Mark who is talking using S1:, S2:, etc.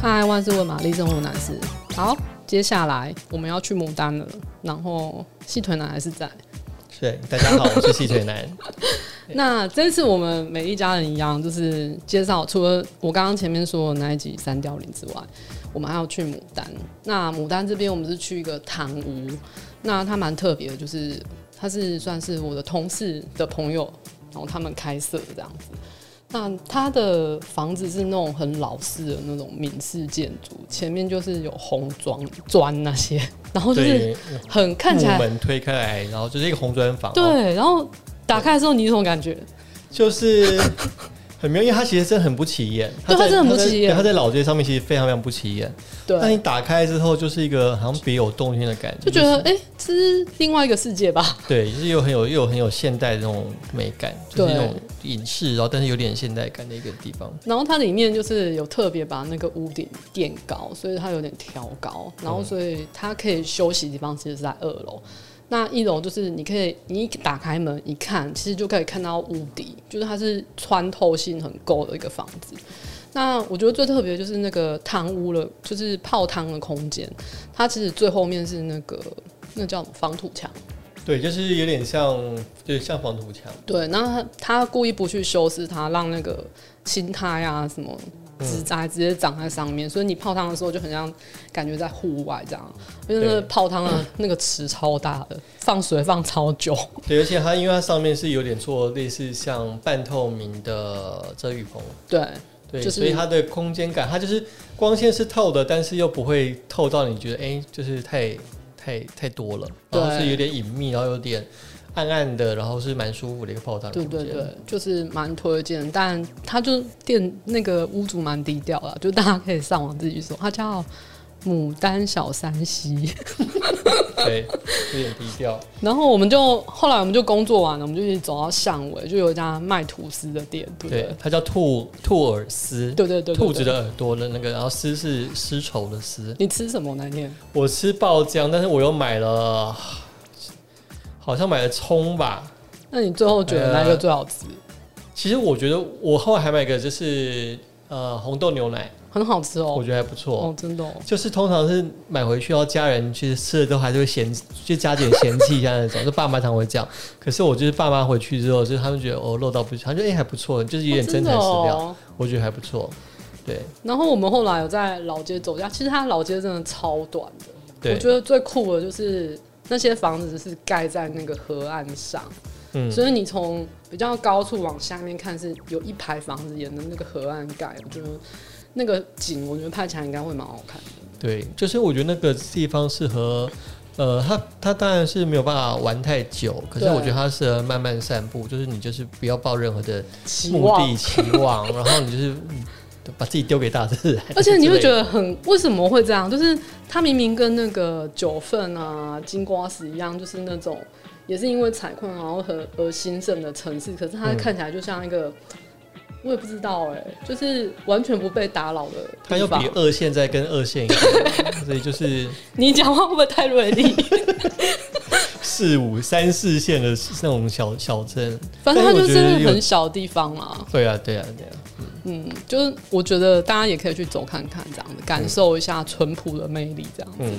S1: 嗨，万事问玛丽，生活男士。好，接下来我们要去牡丹了，然后细腿男还是在。
S2: 对，大家好，我是细 腿男。
S1: 那这次我们每一家人一样，就是介绍除了我刚刚前面说的那一集三凋零之外，我们还要去牡丹。那牡丹这边我们是去一个堂屋，那它蛮特别的，就是它是算是我的同事的朋友，然后他们开设这样子。那它的房子是那种很老式的那种闽式建筑，前面就是有红砖砖那些，然后就是
S2: 对，
S1: 很看起
S2: 木
S1: 来
S2: 门推开来，然后就是一个红砖房，哦，
S1: 对，然后打开的时候你有什么感觉？
S2: 就是很妙，因为它其实真的很不起眼。
S1: 对它
S2: 在
S1: 真的很不起眼
S2: 它在对它在老街上面其实非常非常不起眼。
S1: 对，
S2: 但你打开之后，就是一个好像别有洞天的感
S1: 就
S2: 觉，
S1: 觉得
S2: 是
S1: 哎、诶这是另外一个世界吧？
S2: 对，就是又很有又有很有现代的那种美感，就是
S1: 对
S2: 那种影视，然后但是有点现代感的一个地方。
S1: 然后它里面就是有特别把那个屋顶垫高，所以它有点调高，然后所以它可以休息的地方其实是在二楼。那一楼就是你可以，你一打开门一看，其实就可以看到屋底，就是它是穿透性很够的一个房子。那我觉得最特别的就是那个汤屋了，就是泡汤的空间，它其实最后面是那个那叫什么防土墙。
S2: 对，就是有点像，就是像防土墙。
S1: 对，那他他故意不去修饰它，让那个青苔啊什么植栽直接长在上面，所以你泡汤的时候就很像感觉在户外这样，因为那个
S2: 对
S1: 泡汤的那个池超大的，放水放超久。
S2: 对，而且它因为它上面是有点做类似像半透明的遮雨棚，
S1: 对
S2: 对，
S1: 就是
S2: 所以它的空间感，它就是光线是透的，但是又不会透到你觉得哎、就是太太太多了，
S1: 对
S2: 然后是有点隐秘，然后有点暗暗的，然后是蛮舒服的一个泡汤
S1: 对
S2: 空间。
S1: 对对，就是蛮推荐，但他就店那个屋主蛮低调啦，就大家可以上网自己搜，他叫牡丹小山溪。
S2: 对，有点低调。
S1: 然后我们就后来我们就工作完了，我们就一直走到巷尾，就有一家卖吐司的店， 对不对？
S2: 对，它叫兔兔耳丝，
S1: 对对对，对
S2: 兔子
S1: 对
S2: 的耳朵的那个，然后丝是丝绸的丝。
S1: 你吃什么那天？
S2: 我吃爆浆，但是我又买了，好像买了葱吧。
S1: 那你最后觉得哪一个最好吃？
S2: 其实我觉得我后来还买一个就是呃红豆牛奶，
S1: 很好吃
S2: 我
S1: 哦，
S2: 觉得还不错。
S1: 哦，真的、哦。
S2: 就是通常是买回去要家人去吃了之后，还是会嫌就加点嫌弃一下那种。就爸妈常会这样，可是我就是爸妈回去之后，就是他们觉得哦漏到不行，他们觉得哎、还不错，就是有点
S1: 哦
S2: 真材实料，
S1: 哦
S2: 我觉得还不错。对
S1: 然后我们后来有在老街走一下，其实它老街真的超短的。我
S2: 对，
S1: 觉得最酷的就是那些房子是盖在那个河岸上，
S2: 嗯，
S1: 所以你从比较高处往下面看，是有一排房子沿着那个河岸盖。我觉得那个景，我觉得拍起来应该会蛮好看的。
S2: 对，就是我觉得那个地方适合，呃，它它当然是没有办法玩太久，可是
S1: 对
S2: 我觉得它适合慢慢散步，就是你就是不要抱任何的
S1: 期
S2: 目
S1: 望
S2: 的期望，然后你就是嗯把自己丢给大自然之类的。
S1: 而且你会觉得很为什么会这样？就是它明明跟那个九份啊、金瓜石一样，就是那种也是因为采矿然后和而兴盛的城市，可是它
S2: 嗯
S1: 看起来就像一个、我也不知道哎、就是完全不被打扰的
S2: 它
S1: 地
S2: 又
S1: 方
S2: 比。二线再跟二线一样， 所以就是
S1: 你讲话会不会太锐 利？
S2: 四五三四线的那种小小镇。
S1: 反正它就
S2: 但是我觉
S1: 是
S2: 得有
S1: 很小的地方嘛。
S2: 对啊，对啊，对啊，
S1: 嗯，就是我觉得大家也可以去走看看，这样子感受一下淳朴的魅力，这样子。
S2: 嗯，